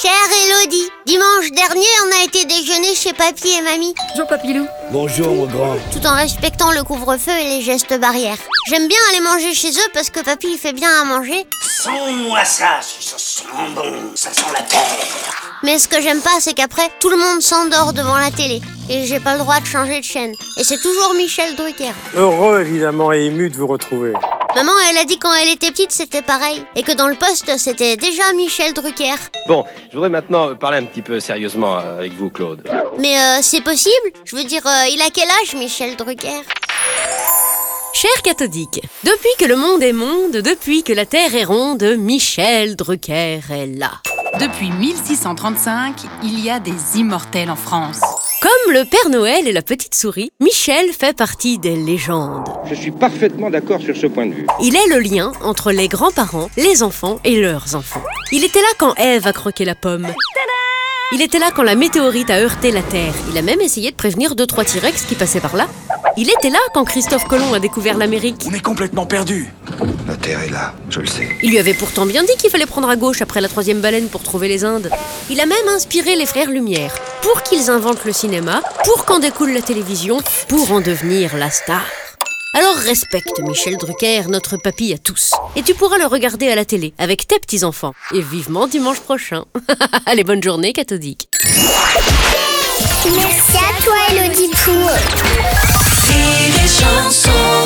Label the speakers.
Speaker 1: Chère Elodie, dimanche dernier, on a été déjeuner chez papy et mamie,
Speaker 2: Bonjour Papilou.
Speaker 3: Bonjour mon grand.
Speaker 1: tout en respectant le couvre-feu et les gestes barrières. J'aime bien aller manger chez eux parce que papy il fait bien à manger,
Speaker 3: Sens-moi ça, ça sent bon, ça sent la terre.
Speaker 1: mais ce que j'aime pas, c'est qu'après, tout le monde s'endort devant la télé et j'ai pas le droit de changer de chaîne. Et c'est toujours Michel Drucker.
Speaker 4: Heureux évidemment et ému de vous retrouver.
Speaker 1: Maman, elle a dit quand elle était petite, c'était pareil et que dans le poste, c'était déjà Michel Drucker.
Speaker 5: Bon, je voudrais maintenant parler un petit peu sérieusement euh, avec vous, Claude.
Speaker 1: Mais euh, c'est possible Je veux dire, euh, il a quel âge Michel Drucker
Speaker 2: Cher cathodique, depuis que le monde est monde, depuis que la Terre est ronde, Michel Drucker est là.
Speaker 6: Depuis 1635, il y a des immortels en France.
Speaker 2: Comme le Père Noël et la petite souris, Michel fait partie des légendes.
Speaker 5: Je suis parfaitement d'accord sur ce point de vue.
Speaker 2: Il est le lien entre les grands-parents, les enfants et leurs enfants. Il était là quand Ève a croqué la pomme. Il était là quand la météorite a heurté la Terre. Il a même essayé de prévenir deux trois T-Rex qui passaient par là. Il était là quand Christophe Colomb a découvert l'Amérique.
Speaker 7: On est complètement perdu.
Speaker 3: La terre est là, je le sais.
Speaker 2: Il lui avait pourtant bien dit qu'il fallait prendre à gauche après la troisième baleine pour trouver les Indes. Il a même inspiré les frères Lumière pour qu'ils inventent le cinéma, pour qu'en découle la télévision, pour en devenir la star. Alors respecte Michel Drucker, notre papy à tous. Et tu pourras le regarder à la télé avec tes petits-enfants. Et vivement dimanche prochain. Allez, bonne journée cathodique.
Speaker 8: Merci à toi, Elodie Pou.
Speaker 9: Et les chansons